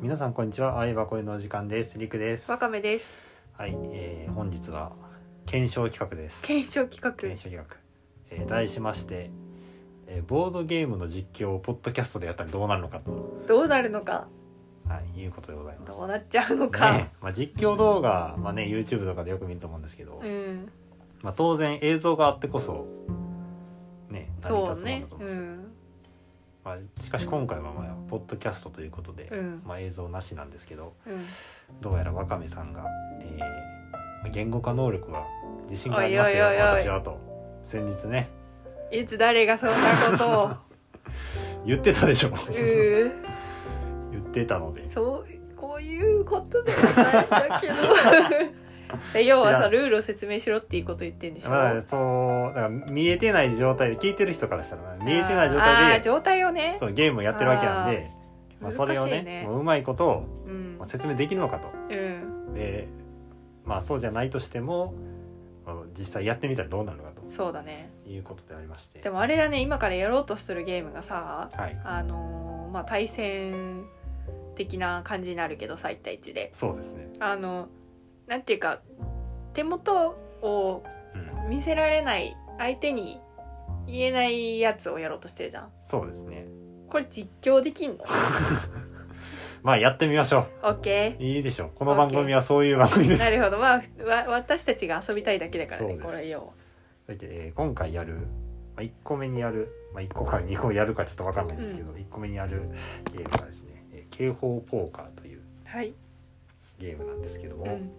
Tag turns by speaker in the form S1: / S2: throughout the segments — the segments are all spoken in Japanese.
S1: 皆さんこんにちは。あいばこえのお時間です。りくです。
S2: わ
S1: は
S2: かめです。
S1: い、えー、本日は検証企画です。
S2: 検証企
S1: 検
S2: 画。
S1: 証企画。えー、題しまして、えーボードゲームの実況をポッドキャストでやったらどうなるのかと、
S2: どうなるのか、
S1: はい、いうことでございます。
S2: どうなっちゃうのか。
S1: ねまあ、実況動画、まあね、YouTube とかでよく見ると思うんですけど、
S2: うん、
S1: まあ、当然映像があってこそ、ね、成り
S2: そう
S1: 立つもん
S2: ね
S1: だと。思
S2: う
S1: うんですよ
S2: ん、
S1: まあ、しかし今回は、まあ、ポッドキャストということで、
S2: うん、
S1: まあ、映像なしなんですけど
S2: うん。
S1: どうやらワカメさんが、えー言語化能力は自信がありますよ
S2: おいおいおいおい
S1: 私はと先日ね
S2: いつ誰がそんなことを。
S1: 言ってたでしょ
S2: うー
S1: 言ってたので
S2: そう、こういうことではないん だけどで。要は
S1: 知ら
S2: さ
S1: ん
S2: ルールを説明しろっていうこと言ってんでしょ、
S1: まあそうだから見えてない状態で聞いてる人からしたら見えてない状
S2: あ
S1: 態
S2: ー
S1: で
S2: 状態をね
S1: そうゲームをやってるわけなんでまあ、それを
S2: 難
S1: ね
S2: しいね
S1: もううまいことを
S2: うん
S1: まあ、説明できるのかと。
S2: うん、
S1: でまあそうじゃないとしてもあの実際やってみたらどうなるのかと
S2: そうだね
S1: いうことでありまして
S2: でもあれだね今からやろうとするゲームがさ
S1: はい
S2: あのーまあ対戦的な感じになるけどさ1対1で
S1: そうですね、
S2: あのなんていうか手元を
S1: うん、
S2: 見せられない相手に言えないやつをやろうとしてるじゃん
S1: そうですね
S2: これ実況できんの
S1: まあやってみましょ
S2: ?OK
S1: ういいでしょうこの番組はそういう番組です
S2: な
S1: だ
S2: るほどまあふわ私たちが遊びたいだけだから
S1: そ
S2: ね
S1: うです
S2: これよ
S1: ってえー今回やる、まあ、1個目にやる、まあ、1個か2個やるかちょっと分かんないんですけど、1個目にやるゲームがですね「えー警報ポーカー」という
S2: はい、
S1: ゲームなんですけども、
S2: うん、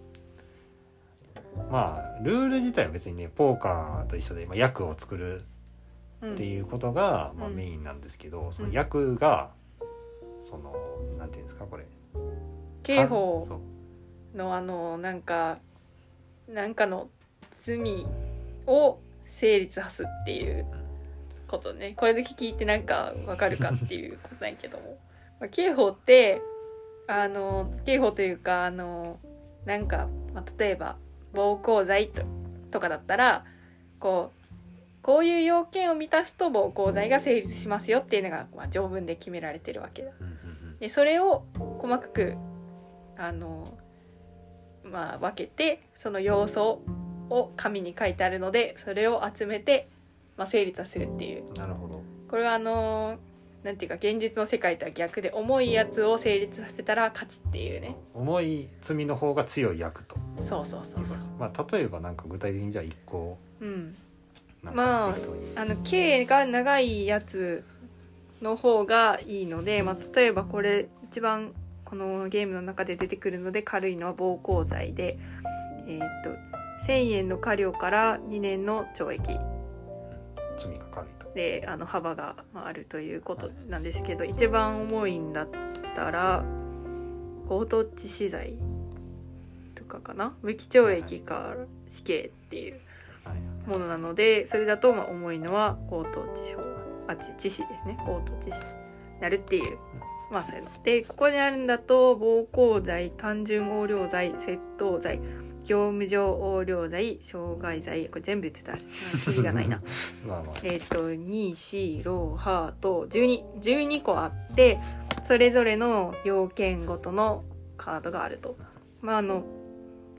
S1: まあルール自体は別にねポーカーと一緒で、まあ、役を作る
S2: うん
S1: っていうことが、まあ、
S2: うん
S1: メインなんですけど、その役がそのなんていうんですかこれ
S2: 刑法
S1: そう
S2: のあのなんかなんかの罪を成立さすっていうことねこれだけ聞いてなんかわかるかっていうことなんやけども、 まあ、刑法ってあの刑法というかあのなんか、まあ、例えば暴行罪ととかだったらこうこういう要件を満たすと暴行罪が成立しますよっていうのが、まあ、条文で決められてるわけだ。
S1: うんうん
S2: でそれを細かくあの、まあ、分けてその要素を紙に書いてあるのでそれを集めて、まあ、成立させるっていう
S1: うんなるほど
S2: これはあのなんていうか現実の世界とは逆で重いやつを成立させたら勝ちっていうね
S1: 重い罪の方が強い役と
S2: そうそうそう
S1: いうこと
S2: そ
S1: です
S2: う、
S1: まあ、例えばなんか具体的にじゃあ1個
S2: うん、
S1: なん
S2: ま
S1: か
S2: あ
S1: 適当に、
S2: あの刑が長いやつの方がいいので、まあ、例えばこれ一番このゲームの中で出てくるので軽いのは暴行罪で、えーっと1,000円の科料から2年の懲役
S1: 罪が軽いと。
S2: であの幅がまああるということなんですけど一番重いんだったら強盗致死罪とかかな無期懲役か死刑っていう
S1: はい
S2: ものなのでそれだとまあ重いのは強盗致傷あち致死ですね強盗致死になるっていうまあそういうのでここにあるんだと暴行罪単純横領罪窃盗罪業務上横領罪傷害罪これ全部言ってたしキリがないな
S1: まあまあ、
S2: えっと24と1212個あってそれぞれの要件ごとのカードがあるとまああの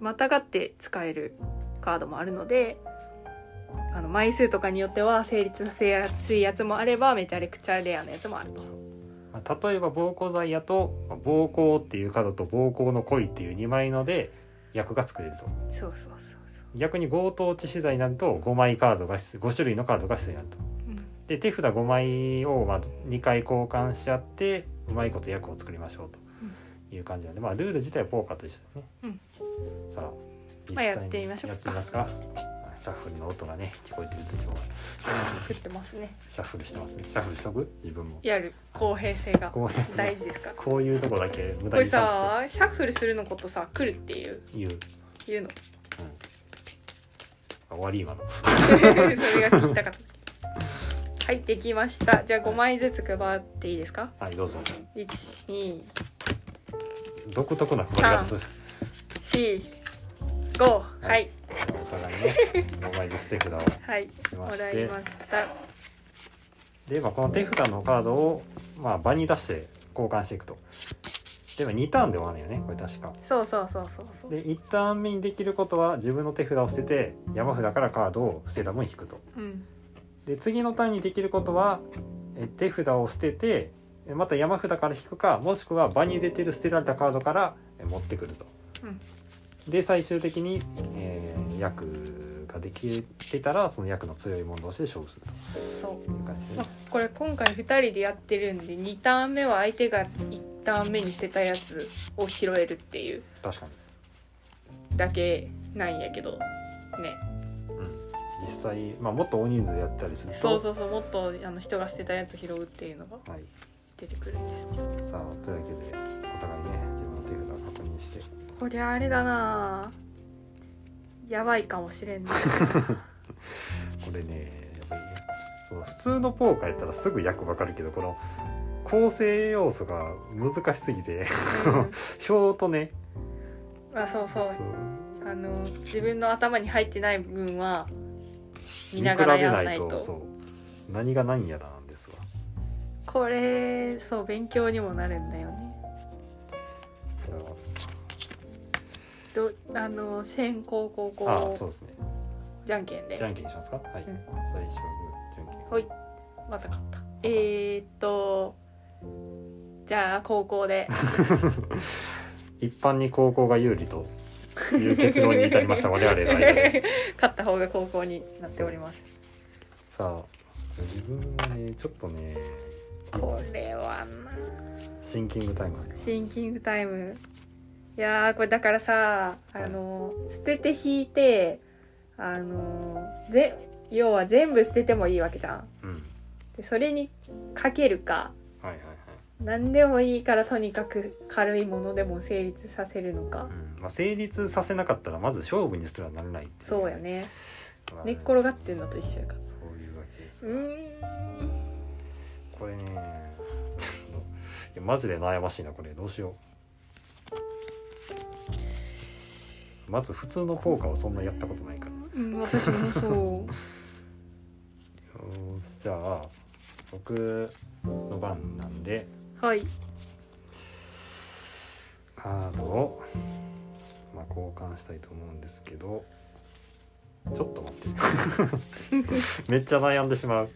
S2: またがって使えるカードもあるのであの枚数とかによっては成立させやすいやつもあればめちゃくちゃレアなやつもあると
S1: まあ、例えば暴行罪やとまあ暴行っていう角と暴行の恋っていう2枚ので役が作れると
S2: そうそうそうそう、
S1: 逆に強盗致死罪になると5枚カードが必5種類のカードが必要になると
S2: うん
S1: で手札5枚をまあ2回交換し合ってうまいこと役を作りましょうという感じなんで、まあ、ルール自体はポーカーと一緒ですね、さあ実
S2: ま
S1: 際に
S2: あやってみましょう
S1: や
S2: か
S1: ってみますかあシャッフルの音がね聞こえてると今日は
S2: 作ってますね
S1: シャッフルしてますねシャッフルしとく自分も
S2: やる公平性が
S1: こうやって
S2: 大事ですから
S1: こういうとこだけ無
S2: こ
S1: 駄
S2: れ
S1: にちゃ
S2: さシャッフルするのことさ来るっていう
S1: と言う
S2: 言うの
S1: 終わり今の
S2: それが聞きたかったはいできましたじゃあ5枚ずつ配っていいですか
S1: はいどうぞ
S2: 1
S1: 独特な配り方する
S2: 2 4 5はい
S1: お互いね5枚ずつ手札を
S2: はい
S1: 出ま
S2: も
S1: し
S2: らい
S1: て
S2: ました
S1: で、まあ、この手札のカードを、まあ、場に出して交換していくとでも2ターンで終わるよねこれ確か。
S2: そうそうそうそうそう
S1: で1ターン目にできることは自分の手札を捨てて山札からカードを捨てた分引くと。
S2: うん
S1: で次のターンにできることはえ手札を捨ててえまた山札から引くかもしくは場に出てる捨てられたカードからえ持ってくると。
S2: うん
S1: で最終的に、えー、役ができてたらその役の強いもの同士で勝負する
S2: そ
S1: という感じ
S2: う、
S1: です
S2: ま
S1: ね
S2: あ。これ今回2人でやってるんで2ターン目は相手が1ターン目に捨てたやつを拾えるっていう
S1: 確かに
S2: だけなんやけどね
S1: 実際、まあ、もっと大人数でやったりすると
S2: そうそうそうもっとあの人が捨てたやつ拾うっていうのが
S1: はい、
S2: 出てくるんですけど
S1: さあというわけでお互いね自分の手札を確認して
S2: こりゃあれだなぁやばいかもし れんな
S1: これねやっぱりねその普通のポーカーやったらすぐ役わかるけどこの構成要素が難しすぎて
S2: うん
S1: 表とね
S2: まあそうそう
S1: そう
S2: あの自分の頭に入ってない部分は
S1: 見比べ
S2: 見ながらやらな
S1: ないい
S2: と
S1: とそう何が何やらなんですわ
S2: これそう勉強にもなるんだよね
S1: これは
S2: どあの先行後
S1: ああそう
S2: 攻
S1: ですね
S2: じゃんけん
S1: じゃ
S2: で
S1: んけんしますかはい、
S2: うん
S1: 最初はグーじゃんけん
S2: はいまた勝ったえー、っとじゃあ高校で
S1: 一般に高校が有利という結論に至りました 我々が間で
S2: 勝った方が高校になっております
S1: さあ自分はねちょっとね
S2: これはな
S1: シンキングタイム
S2: シンキングタイムいやーこれだからさあの捨てて引いてあのぜ要は全部捨ててもいいわけじゃん
S1: うん
S2: でそれにかけるか
S1: はいはいはい、
S2: 何でもいいからとにかく軽いものでも成立させるのか
S1: うんまあ、成立させなかったらまず勝負にすらならないってい
S2: そうやね
S1: まあ
S2: 寝っ転がってんのと一緒やから
S1: そういうわけです
S2: うーん
S1: これねちょっといやマジで悩ましいなこれどうしようまず普通のポーカーをそんなやったことないから
S2: うん私もそう
S1: よーしじゃあ僕の番なんで
S2: はい
S1: カードを、まあ、交換したいと思うんですけどちょっと待って めっちゃ悩んでしまう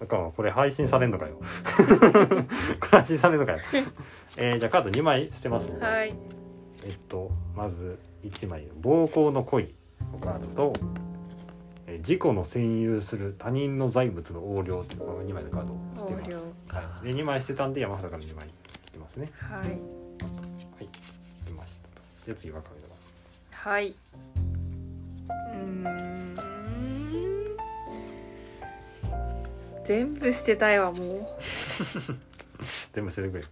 S1: あかんわこれ配信されんのかよ これ配信されんのかよえーじゃあカード2枚捨てますので、
S2: はい
S1: えっとまず1枚「暴行の恋」のカードと「えー事故の占有する他人の財物の横領」っていうこの2枚のカードを捨て
S2: 横
S1: ます
S2: 領
S1: はい、で2枚捨てたんで山札から2枚捨てますね
S2: はい
S1: はい、出ましたと。じゃあ次は亀田さん
S2: はいうーん全部捨てたいわも
S1: 全部捨ててくれ。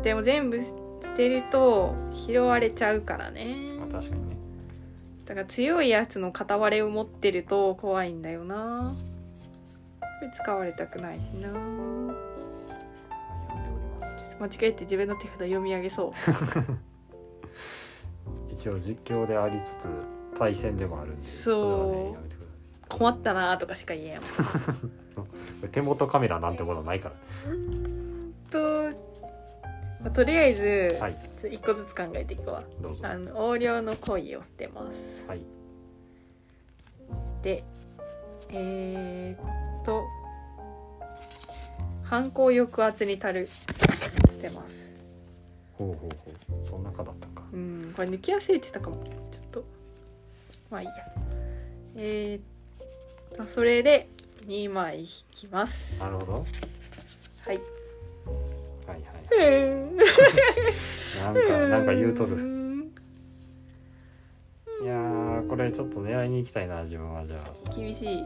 S2: うでも全部捨てると拾われちゃうからね
S1: まあ確かにね。
S2: だから強いやつの片割れを持ってると怖いんだよなこれ使われたくないしな
S1: 悩んでおります。
S2: 間違えて自分の手札読み上げそう
S1: 一応実況でありつつ対戦でもあるんで、
S2: そう
S1: れはね、やめてくださ
S2: 困ったなとかしか言えんもん
S1: い。これ手元カメラなんてものないか
S2: と、まあとりあえず
S1: ら。はい、
S2: ちょ一個ずつ考えていくわ
S1: どうぞ。
S2: あの横領の恋を捨てます
S1: はい。
S2: でえー、っと犯行抑圧に足るしてます
S1: ほうほうほう。そんなかだったか。
S2: うんこれ抜き忘れてたかもちょっとまあいいやえー、っとそれで2枚引きます
S1: なるほど。
S2: はい
S1: はいは
S2: うん
S1: い。 なんかなんか言うとる。
S2: ん
S1: いやーこれちょっと狙いに行きたいな自分はじゃあ。
S2: 厳しい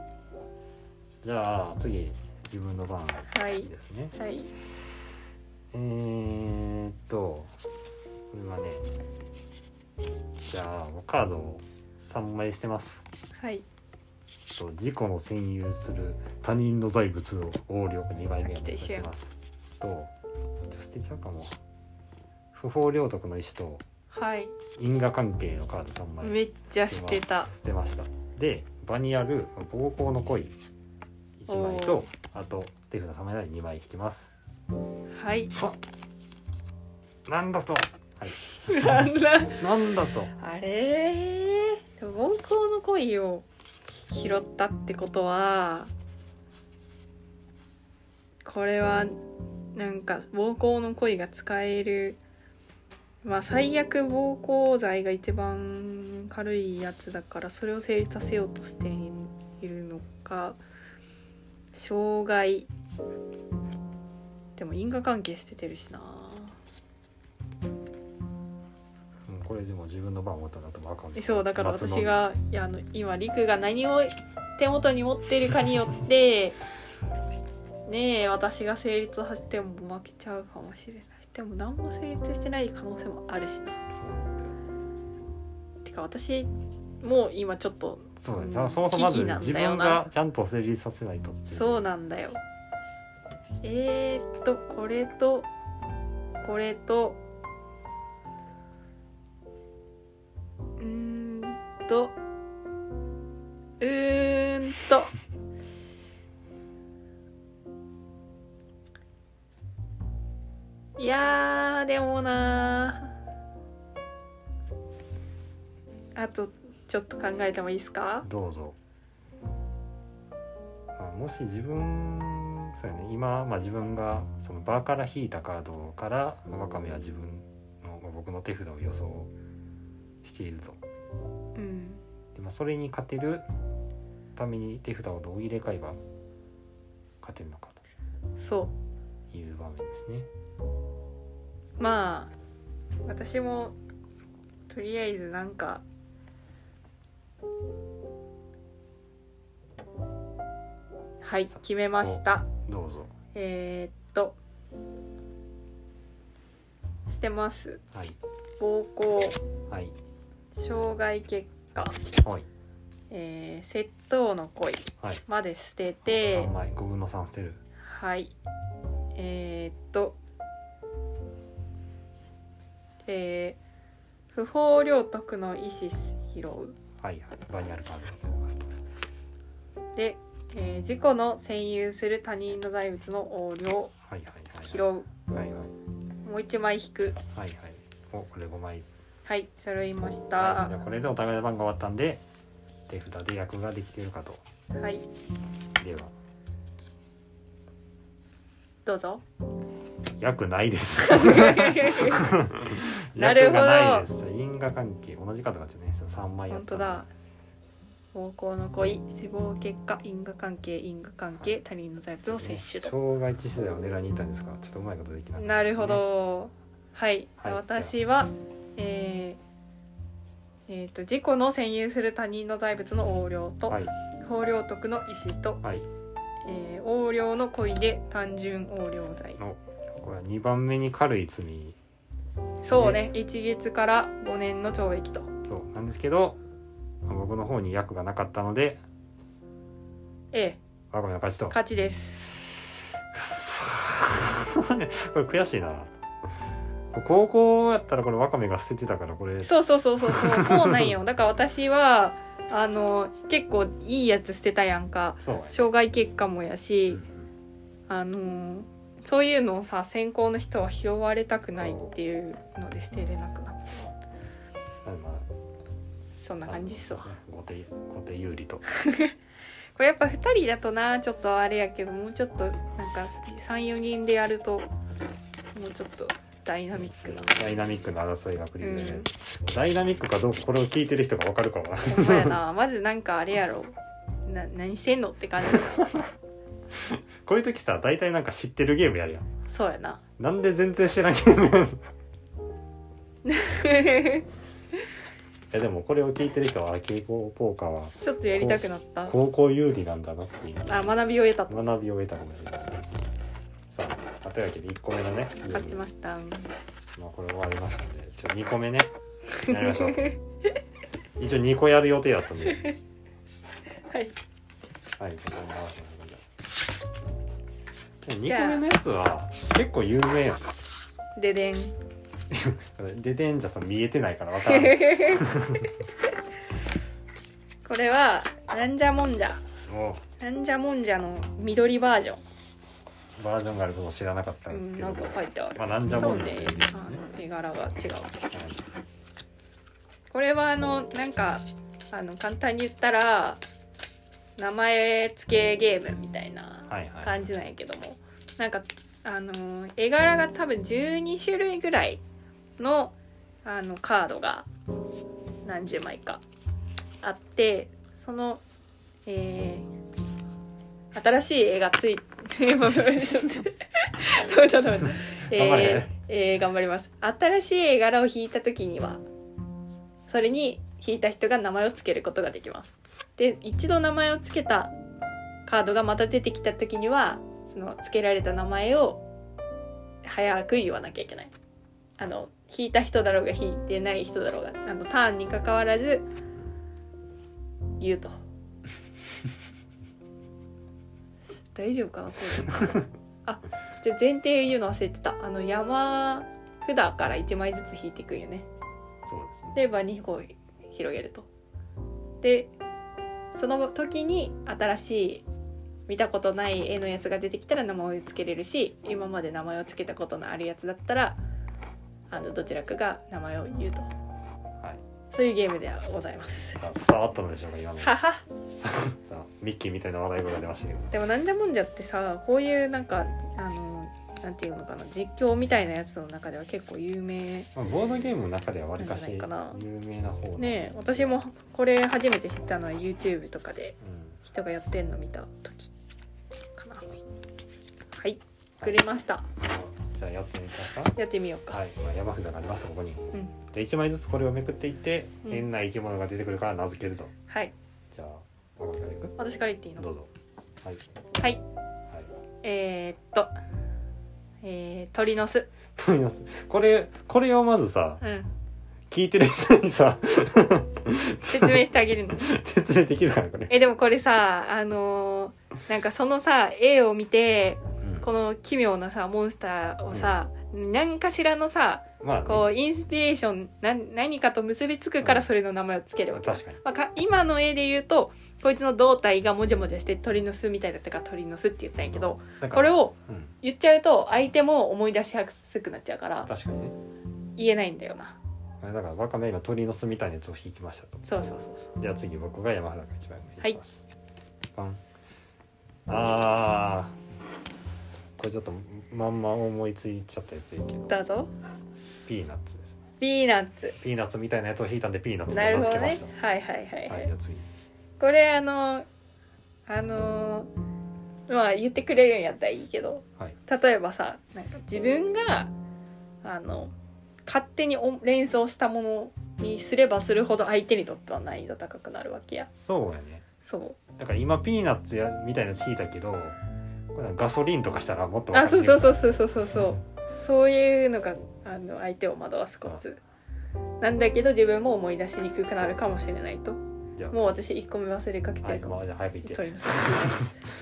S1: じゃあ次自分の番
S2: はい
S1: ですね。
S2: はい
S1: えーっとこれはねじゃあカードを3枚捨てます
S2: はい
S1: と事故の占有する他人の財物を横領2枚目を
S2: さっきと一緒
S1: 捨
S2: や
S1: てますとじゃあ捨てちゃうかも不法領得の意思と
S2: はい
S1: 因果関係のカード3枚
S2: めっちゃ捨てた
S1: 捨てましたで場にある暴行の恋1枚
S2: お
S1: と
S2: ー
S1: あと手札3枚なり2枚引きます
S2: はい
S1: さなんだと、はい、
S2: なんだ
S1: なんだと
S2: あれでも温厚の恋を拾ったってことはこれはなんか暴行の恋が使えるまあ最悪暴行罪が一番軽いやつだからそれを成立させようとしているのか障害でも因果関係捨ててるしな
S1: うんこれでも自分の番終わったら頭あかん
S2: えそうだから私がいやあの今りくが何を手元に持ってるかによって ねえ私が成立させても負けちゃうかもしれないでも何も成立してない可能性もあるしな
S1: 松のそう
S2: てか私もう今ちょっと
S1: そうだね、
S2: うん
S1: そもそもまず
S2: 危機なんだ
S1: 自
S2: よな
S1: 分がちゃんと成立させないとっていう
S2: そうなんだよえー、っとこれとこれとうーんとうーんといやーでもなーあとちょっと考えてもいいですか
S1: どうぞ、まあ、もし自分そうやね今、まあ、自分がその場から引いたカードからまあワカメは自分の、まあ、僕の手札を予想していると
S2: うん
S1: で、まあ、それに勝てるために手札をどう入れ替えば勝てるのか
S2: そう
S1: という場面ですね
S2: まあ私もとりあえずなんかはい
S1: さ
S2: 決めました
S1: どうぞ
S2: えー、っと捨てます
S1: はい
S2: 暴行
S1: はい
S2: 障害結果、
S1: はい
S2: えー、窃盗の恋
S1: はい
S2: まで捨てて、
S1: 3枚5分の3捨てる
S2: はい。えーっと。えー不法領得の意思拾う。
S1: はいはい場にあるカードでございますと
S2: で、えー事故の占有する他人の財物の横領
S1: はいはいはい
S2: 拾う。
S1: はいはい
S2: もう一枚引く。
S1: はいはい。お、これ5枚。
S2: はい、揃いまし
S1: はい
S2: た
S1: じゃあ。これでお互いの番が終わったんで、手札で役ができているかと。
S2: はい、
S1: では、
S2: どうぞ。
S1: 役ないです。
S2: なるほど
S1: 役がないです。じゃあ因果関係、同じカードがですね、そう3枚やっ
S2: 本
S1: た
S2: 当
S1: んで。
S2: だ。暴行の恋、死亡結果、因果関係、因果関係、他人の財物を摂取と。
S1: 障害致死罪を狙いに行ったんですが、ちょっとうまいことできなかったですね
S2: なるほ。ど。はい、
S1: はい
S2: 私は、えーえーと自己の占有する他人の財物の横領と、
S1: はい
S2: 法領得の意思と、
S1: はい。
S2: えー横領の故意で単純横領罪
S1: これは2番目に軽い罪
S2: そうね一月から5年の懲役と
S1: そうなんですけど、僕の方に役がなかったので、
S2: ええ
S1: 我が身の勝ちと。
S2: 勝ちです
S1: くっそー これ悔しいな高校やったらこれワカメが捨ててたからこれ
S2: そうそうそうそうそう そうなんよだから私はあの結構いいやつ捨てたやんか
S1: そう
S2: 障害結果もや
S1: う
S2: し
S1: ん、
S2: あのーそういうのをさ先行の人は拾われたくないっていうので捨てれなくなっちゃう
S1: なんでまあ
S2: そんな感じっすわ
S1: そうですね後手後手有利と
S2: これやっぱ2人だとなちょっとあれやけどもうちょっとなんか34人でやるともうちょっとダイナミックな
S1: ダイナミックな争いが繰り広げられる
S2: うん
S1: ダイナミックかどうかこれを聞いてる人がわかるかは
S2: ほんまやなまずなんかあれやろな何してんのって感じ
S1: こういう時さ大体なんか知ってるゲームやるやん
S2: そうやな
S1: なんで全然知らんゲームやん いやでもこれを聞いてる人はあ傾向ポーカーは
S2: ちょっとやりたくなった
S1: 高校有利なんだなっていう
S2: あ学びを得たと
S1: 学びを得たかもしれない。さあ、というわけで1個目のね、
S2: 勝ちました
S1: まあこれ終わりましたんで、ちょ2個目ね、やりまし ょう。一応2個やる予定だったんで、はい、こ
S2: はい
S1: こに回します2個目のやつは結構有名やん
S2: ででん
S1: ででんじゃさ見えてないからわからない
S2: これはなんじゃもんじゃ
S1: も
S2: なんじゃもんじゃの緑バージョン
S1: バージョンがあることを知らなかった
S2: うんん、
S1: け
S2: な
S1: ど、
S2: んか書いてある。
S1: まあなんじゃもんやという意味ですね
S2: そうあの絵柄が違う。これはあのなんかあの簡単に言ったら名前付けゲームみたいな
S1: はいはい
S2: 感じなんやけども、なんかあの絵柄が多分12種類ぐらいのあのカードが何十枚かあってその、えー新しい絵が つい てやばいちょっと待ってダメだダメだえ
S1: 頑張
S2: ー
S1: れ
S2: えー頑張ります新しい絵柄を引いた時にはそれに引いた人が名前を付けることができますで一度名前を付けたカードがまた出てきた時にはその付けられた名前を早く言わなきゃいけないあの引いた人だろうが引いてない人だろうがあのターンに関わらず言うと大丈夫かなこれ あじゃあ前提言うの忘れてたあの山札から1枚ずつ引いていくんよね
S1: そうですね
S2: で場にこう広げるとでその時に新しい見たことない絵のやつが出てきたら名前をつけれるし今まで名前をつけたことのあるやつだったらあのどちらかが名前を言うと
S1: はい
S2: そういうゲームではございます
S1: さあ伝わったのでしょうか今のさ
S2: はは
S1: あミッキーみたいな笑い声が出ましたけど
S2: でもなんじゃもんじゃってさこういうなんかあのなんていうのかな実況みたいなやつの中では結構有名
S1: まあボードゲームの中ではわりかし
S2: なんじゃないかな
S1: 有名な方なん
S2: ねえ私もこれ初めて知ったのは YouTube とかで
S1: うん
S2: 人がやってんの見た時かなはい作りました、
S1: じゃあやってみますか
S2: やってみようか、
S1: はい、まあ、山札がありますここに
S2: うん
S1: で1枚ずつこれをめくっていって、
S2: うん
S1: 変な生き物が出てくるから名付けると
S2: はい
S1: じゃあ岡部からいく
S2: 私から言っていい
S1: ど
S2: の
S1: うぞはい
S2: はい
S1: はい
S2: えー、っとえー、鳥の巣
S1: 飛びます これこれをまずさ
S2: うん
S1: 聞いてる人にさ
S2: 説明してあげるの
S1: 説明できるかなこれ、
S2: えでもこれさあのーなんかそのさ絵を見て
S1: うん
S2: この奇妙なさモンスターをさ、何かしらのさ
S1: まあね、
S2: こうインスピレーションな何かと結びつくからそれの名前をつけるわけ
S1: 確かに
S2: まあ、か今の絵で言うとこいつの胴体がもじゃもじゃして鳥の巣みたいだったから鳥の巣って言ったんやけど
S1: だから
S2: これ、を
S1: うん、
S2: 言っちゃうと相手も思い出しやすくなっちゃうから
S1: 確かにね
S2: 言えないんだよな
S1: あれだからワカメ今鳥の巣みたいなやつを引きましたと
S2: そうそうそうそう
S1: じゃあ次僕が山札が一番上に行きます、パンあーこれちょっとまんま思いついちゃったやついいけど
S2: どうぞ
S1: ピーナッツですね
S2: ピーナッツ
S1: ピーナッツみたいなやつを引いたんでピーナッツと
S2: なる
S1: 名
S2: ほ
S1: 付
S2: ど
S1: けま
S2: ね
S1: した、
S2: はいはいはいは、
S1: はいいじゃあ次
S2: これあのあのまあ言ってくれるんやったらいいけど
S1: はい
S2: 例えばさなんか自分があの勝手にお連想したものにすればするほど相手にとっては難易度高くなるわけや
S1: そうやね
S2: そう
S1: だから今ピーナッツやみたいなやつ引いたけどこれガソリンとかしたらもっと
S2: あそうそう
S1: う
S2: そうそうそうそうそうそういうのがあの相手を惑わすコツなんだけど自分も思い出しにくくなるかもしれないと
S1: じゃあ
S2: もう私1個目忘れかけて
S1: はい
S2: るかも、
S1: まあじゃあ早く行って
S2: 取ります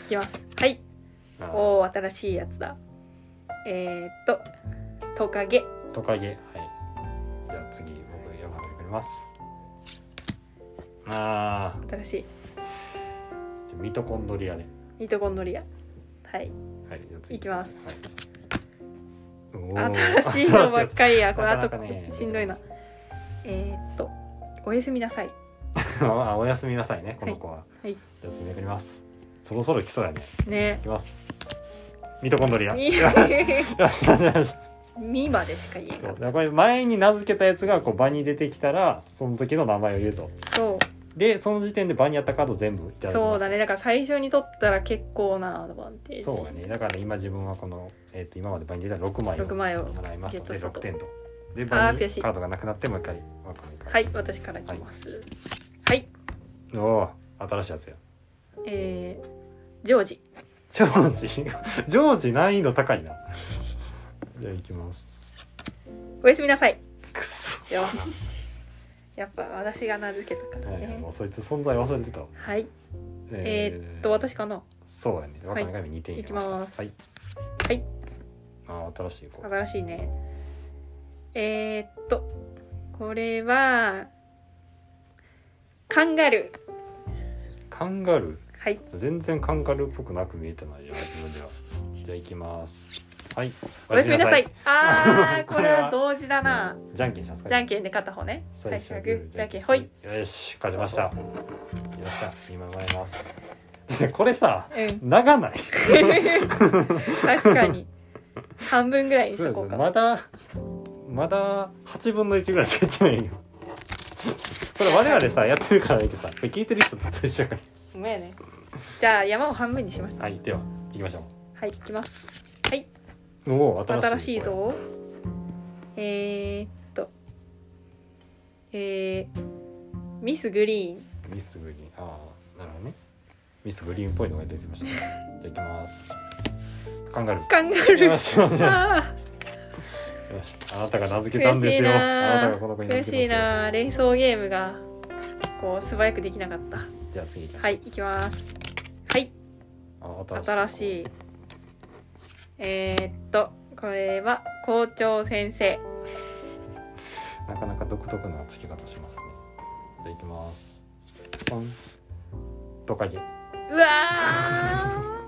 S2: いきますはい
S1: あー
S2: おお新しいやつだえー、っとトカゲ
S1: トカゲはいじゃあ次僕山札くれますあー
S2: 新しい
S1: じゃあミトコンドリアね
S2: ミトコンドリアはい
S1: はいじゃあ次
S2: いきます
S1: はい、おー
S2: 新しいのばっかり やこれ
S1: な
S2: あ
S1: か
S2: と
S1: なかね
S2: しんどいなえー、っとおやすみなさい
S1: あおやすみなさいねこの子は、
S2: いはい
S1: じゃあ次めくりますそろそろ来そうやね
S2: ね
S1: いきますミトコンドリアよ
S2: み
S1: しよしよしよしよし
S2: みまでしか言えんか
S1: そ
S2: っ
S1: うこれ前に名付けたやつがこう場に出てきたらその時の名前を言うと
S2: たそう
S1: でその時点で場にあったカードを全部いただきます
S2: そうだねだから最初に取ったら結構なアドバンテージ
S1: そうやねだから今自分はこの、えっと今まで場に出た6枚を
S2: 6枚を
S1: もらいますので
S2: ゲットしたと
S1: 6点とで場
S2: あー
S1: に
S2: 悔しい
S1: カードがなくなってもう一回わかんないから
S2: はい私からいきますはい、
S1: おおー新しいやつや
S2: えー、ジョージ
S1: ジョージ ジョージ難易度高いなじゃあいきます
S2: おやすみなさ い
S1: くそ
S2: よしやっぱ私が名付けたから
S1: はい、
S2: ね
S1: もうそいつ存在忘れてたわ
S2: はいえーっと私かな
S1: そうだね若
S2: はい
S1: 女神2点入れした
S2: いきます
S1: はい
S2: はい
S1: あー新しい子
S2: 新しいねえー、っとこれはカンガルー
S1: カンガル
S2: はい
S1: ー全然カンガルーっぽくなく見えてないよ自分ではじゃあ行きますはい
S2: おやすみなさいあー
S1: こ
S2: こ
S1: れ
S2: れ
S1: は
S2: は同時だな
S1: じゃんけんしますか
S2: じゃんけんで片方ね最初はグーじゃんけんほい
S1: よし勝ちましたよっしゃ今参ります これさ
S2: うん
S1: 長ない
S2: 確かに半分ぐらいにし
S1: そう
S2: と
S1: です
S2: こ
S1: ね
S2: うか
S1: まだまだ8分の1ぐらいしかやってないよこれ我々さやってるからいいけどさこれ聞いてる人ずっと一緒やか
S2: ごめんねじゃあ山を半分にしました
S1: らはいでは行きましょ
S2: はいいきます
S1: うおお新しい
S2: 新しいぞえー、っとえー、ミスグリーン
S1: ミスグリーンああなるほどねミスグリーンっぽいのが出てきましたねじゃあ行きますカンガルー
S2: カンガル
S1: よ
S2: ー
S1: しよしよ し
S2: あ
S1: よしあなたが名付
S2: ー
S1: けたん
S2: 悔
S1: で
S2: し
S1: す
S2: い
S1: よあな
S2: な
S1: たがこの子に名
S2: 悔
S1: 付
S2: し
S1: け
S2: い
S1: たんです
S2: な連想ゲームがこう素早くできなかった
S1: よじゃあ次行きましょう
S2: はい行きますはい
S1: あ
S2: 新しいえー、っとこれは校長先生
S1: なかなか独特な付け方しますねじゃあ行きますポントカゲ
S2: うわ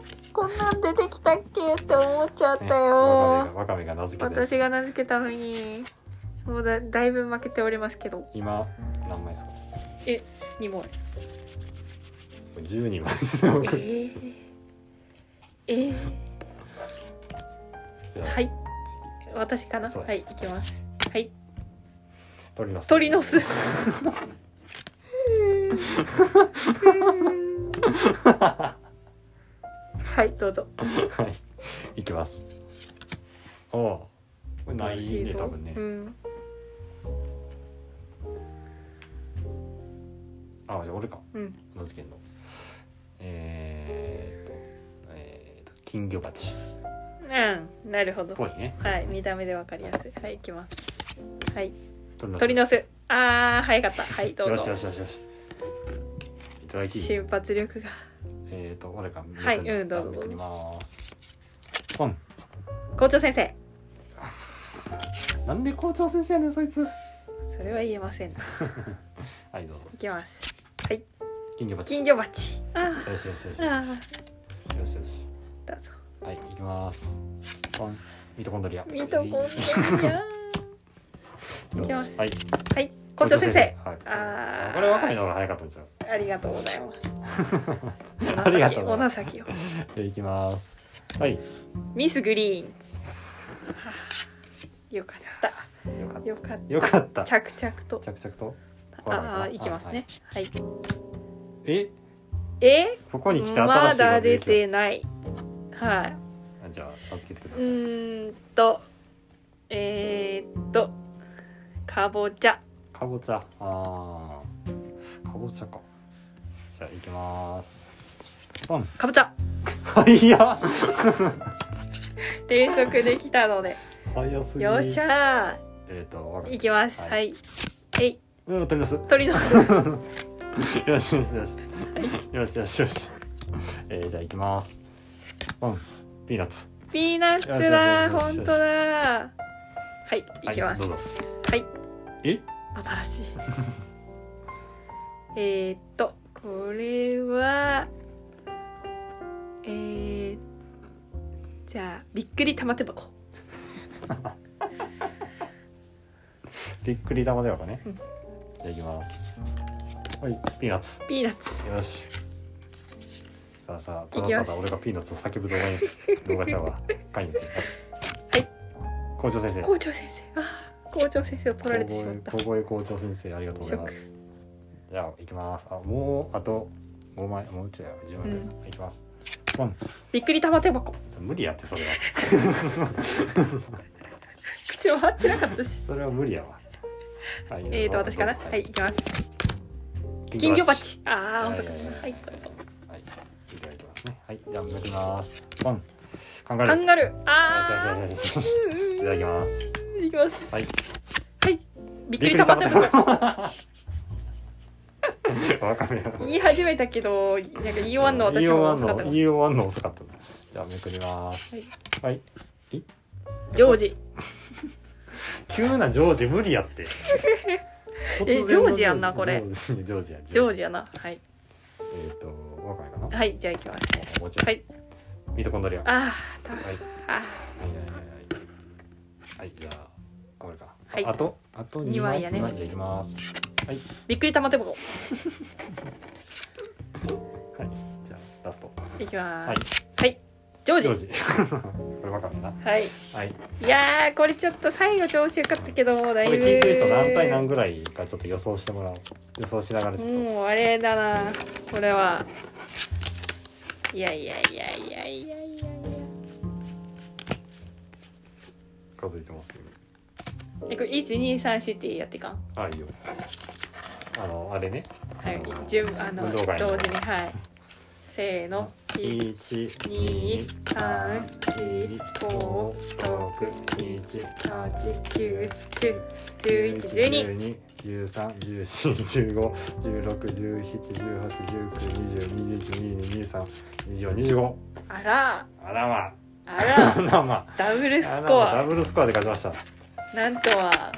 S2: ーこんなん出てきたっけって思っちゃった
S1: ねわかめが
S2: よ
S1: わかめが名付けたやつ
S2: 私が名付けたのにもうだだいぶ負けておりますけど
S1: 今何枚ですか
S2: 2問
S1: 12枚
S2: えー、えー、はい私かな
S1: そう
S2: はい行きますはい
S1: 取ります
S2: 鳥の巣はいどうぞ
S1: はい、いきます。おお。これない
S2: 美味し
S1: ね、
S2: いぞ
S1: 多分ね
S2: う。ん、
S1: あ、じゃあ俺か。
S2: うん、
S1: 名付けんの。えーっと、えーっと、金魚鉢。
S2: うん、なるほど
S1: ぽいね。
S2: はい見た目でわかりやすいはい行きますはい鳥
S1: 鳥
S2: の巣あー早かったはいどう
S1: よし
S2: ぞ
S1: よしよしよし。いただき。
S2: 瞬発力が
S1: えーっと、俺か。
S2: はいうんどうぞ
S1: めくります。ポン。
S2: 校長先生
S1: なんで校長先生やねん、そいつ。
S2: それは言えません
S1: はい、どうぞ。
S2: いきます
S1: 金魚鉢。
S2: 金魚鉢あ
S1: よしよしよし。
S2: ー
S1: よ
S2: あー
S1: しよし。
S2: どうぞ
S1: はい、いきます。ポン。ミトコンドリア。
S2: ミトコンドリアいきます
S1: はい。
S2: はい校長先生。
S1: はい。
S2: あー
S1: これ若いの方が早かったんじゃん。
S2: ありがとうございます
S1: ありがとうござい
S2: お
S1: ま
S2: 情け
S1: じゃ
S2: を
S1: あ行きます。はい。
S2: ミスグリーンはあよかった
S1: よかっ。
S2: よかった
S1: よかった。
S2: た着々と
S1: 着々と。
S2: ああーいきますねはい
S1: え、
S2: え
S1: ここに来て新し
S2: ま
S1: いの
S2: だ
S1: 出
S2: 出
S1: てきた
S2: てないはい
S1: あじゃあ助けてくだ
S2: う
S1: さい。
S2: ーんとえー、っとかぼちゃ
S1: かぼちゃ。ああ。かぼちゃか。じゃあ行きます。ポン。
S2: かぼちゃ
S1: はいや。
S2: 連続できたので
S1: 早 すぎ。
S2: よっし。ゃ
S1: えっとわか
S2: ー
S1: る
S2: い。きます
S1: はい
S2: はいえい
S1: うん取ります。よ
S2: 鳥の
S1: しよしよし。よしよしよし。えーじゃあ行きます。ポン。ピーナッツ。
S2: ピーナッツだ
S1: よしよしよしよし
S2: 本当だはいいきます
S1: はい、どうぞ。
S2: はい
S1: え？
S2: 新しいえーっとこれはえー、じゃあびっくり玉手箱
S1: びっくり玉ではかね。
S2: うん
S1: じゃあいきます。はい、ピーナッツ。
S2: ピーナッツ
S1: よし。さあさあ、た
S2: い
S1: だ
S2: きま
S1: た
S2: す
S1: だ俺がピーナッツを叫ぶ動画に、動画ちゃうわ。かいに。はい。校長先生。
S2: 校長先生あー校長先生を取られてしまった
S1: 小声校長先生、ありがとうございます。じゃあ、いきます。あ、もう、あと。五枚、もうちょい、十枚で
S2: うん
S1: いきます。ポン。
S2: びっくり玉手箱
S1: 無理やって、それは。
S2: 口を回ってなかったし
S1: それは無理やわ。はい
S2: えーと私かな
S1: どうぞ
S2: はい行きます金魚鉢ああ
S1: は
S2: 遅
S1: い
S2: かったはいどうぞ
S1: はい、いただきますね。はい、じゃあ、向きます。ポン。考え
S2: カ
S1: る。
S2: ンガルーあ
S1: よしよしよしよし
S2: ー
S1: い
S2: うんうん
S1: ただきます。
S2: いきます
S1: はい
S2: はいびっくり玉手箱
S1: わかめや。
S2: 言い始めたけどなんか言い終わんの私
S1: 言い
S2: も
S1: 終わん
S2: 遅かっ
S1: の、
S2: たか
S1: 言
S2: ら
S1: い終わんの遅かった。じゃあ、めくります。はい。
S2: ジョージ
S1: 急なジョージ無理やって。
S2: えジョージやんなこれ
S1: ジョージジョージや。
S2: ジョー
S1: ジ。
S2: ジやなはい
S1: えっと、わかめかな。
S2: はいじゃあ行きます
S1: おもちゃ
S2: はい
S1: ミトコンドリアはい
S2: あーた
S1: はい
S2: あ
S1: はいはいはいはいじゃあこれかな
S2: はい
S1: ああとあと
S2: 二
S1: 2
S2: 枚
S1: 枚
S2: やね
S1: 二枚じゃあいきますはい
S2: びっくり玉手箱
S1: はいじゃあラスト
S2: いきま
S1: はい
S2: すはいジョージ
S1: ジョージ これわかるな
S2: はい
S1: はい
S2: いやーこれちょっと最後調子よかったけどもうだい
S1: こ
S2: ぶ
S1: れ聞いてる人何対何ぐらいかちょっと予想してもらおう予想しながらちょっと
S2: もうあれだなこれはいやいやいやいやいやいやいや
S1: 数えてますよ
S2: えこれ1234ってやっていかん
S1: あいいよあのあれね
S2: はい順あの
S1: 運動会
S2: 同時にはいせーのい
S1: 一
S2: 二三
S1: 四
S2: 五六
S1: 七
S2: 8 9 10 11 12
S1: 二十三十四十五十六十七十八十九二十二十一二十二三二十四二十五
S2: あら
S1: あらま
S2: あ
S1: あ
S2: ら
S1: らま
S2: ダブルス
S1: あら
S2: コ
S1: まダ
S2: ア
S1: ブルスコアで勝ちました
S2: なんとは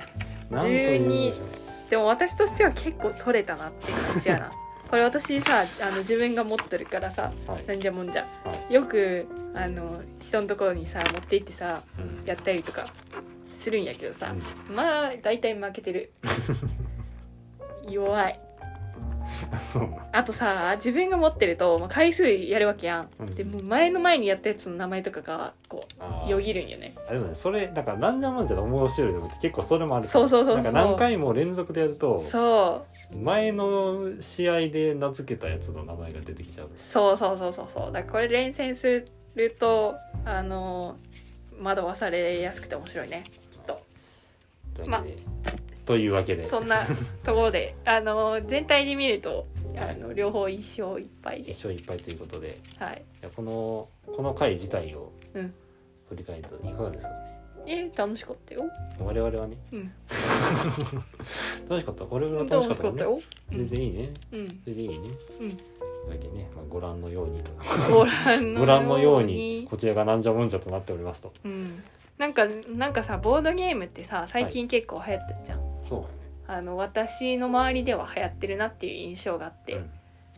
S1: なんというんでしょう
S2: でも私としては結構取れたなって感じやなこれ私さあの自分が持ってるからさ
S1: はい
S2: なんじゃもんじゃ
S1: はい
S2: よくあの人のところにさ持って行ってさ
S1: うん
S2: やったりとかするんやけどさ
S1: うん
S2: まあ大体負けてる弱い
S1: そうな
S2: あとさ自分が持ってると、まあ、回数やるわけやん、
S1: うん
S2: でもう前の前にやったやつの名前とかがこ
S1: あ
S2: う
S1: ー
S2: よぎるんよね
S1: あでもねそれなんかなんじゃもんじゃの面白いとこって結構それもある
S2: そうそうそうそう
S1: なんか何回も連続でやると
S2: そう
S1: 前の試合で名付けたやつの名前が出てきちゃう
S2: そうそうそうそうそうだからこれ連戦するとあの惑わされやすくて面白いねきっと
S1: という
S2: ま
S1: わけで、というわけで
S2: そんなところで あの全体で見るとあの両方一勝一敗で
S1: 一勝一敗ということで
S2: はい
S1: いやこのこの回自体を
S2: うん
S1: 振り返るといかがですかね、
S2: え楽しかったよ
S1: 我々はね
S2: うん
S1: 楽しかったこれぐらい楽
S2: 楽
S1: し
S2: し
S1: か
S2: か
S1: っ
S2: ったた
S1: よね
S2: よう
S1: 全
S2: ん
S1: 然いいね
S2: うん
S1: 全然いいね
S2: うん
S1: というわけでね、まあ、ご覧のようにと
S2: ご覧の
S1: ご覧のようにこちらがなんじゃもんじゃとなっておりますと
S2: うんなんかなんかさボードゲームってさ最近結構流行ってるじゃん、
S1: そうだね
S2: あの私の周りでは流行ってるなっていう印象があって、
S1: うん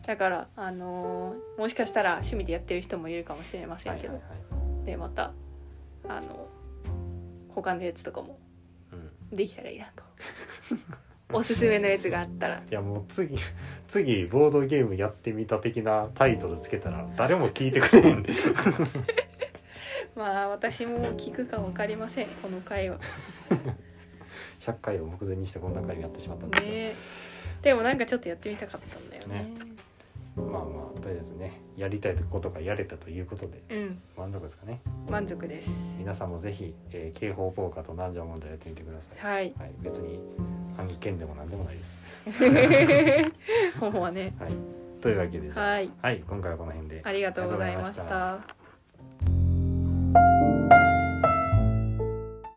S2: だから、あのーもしかしたら趣味でやってる人もいるかもしれませ
S1: は
S2: ん
S1: い
S2: け
S1: はい
S2: ど、
S1: はい、
S2: でまたあの他のやつとかも
S1: うん
S2: できたらい いなとおすすめのやつがあったら
S1: いやもう次 次ボードゲームやってみた的なタイトルつけたら誰も聞いてくれへ んで
S2: まあ私も聞くか分かりませんこの回は
S1: 100回を目前にしてこんな回をやってしまったんですけど、
S2: ねでもなんかちょっとやってみたかったんだよね
S1: ねまあまあとりあえずねやりたいことがやれたということで
S2: うん
S1: 満足ですかね
S2: 満足です
S1: 皆さんもぜひ、えー、刑法効果となんじゃ問題やってみてくださ
S2: はい
S1: い、はい、別に反撃権でも何でもないです
S2: ほんまね
S1: はいというわけでじゃあ
S2: はい
S1: はい、今回はこの辺で
S2: ありがとうございまし
S1: ありがとうございま
S2: た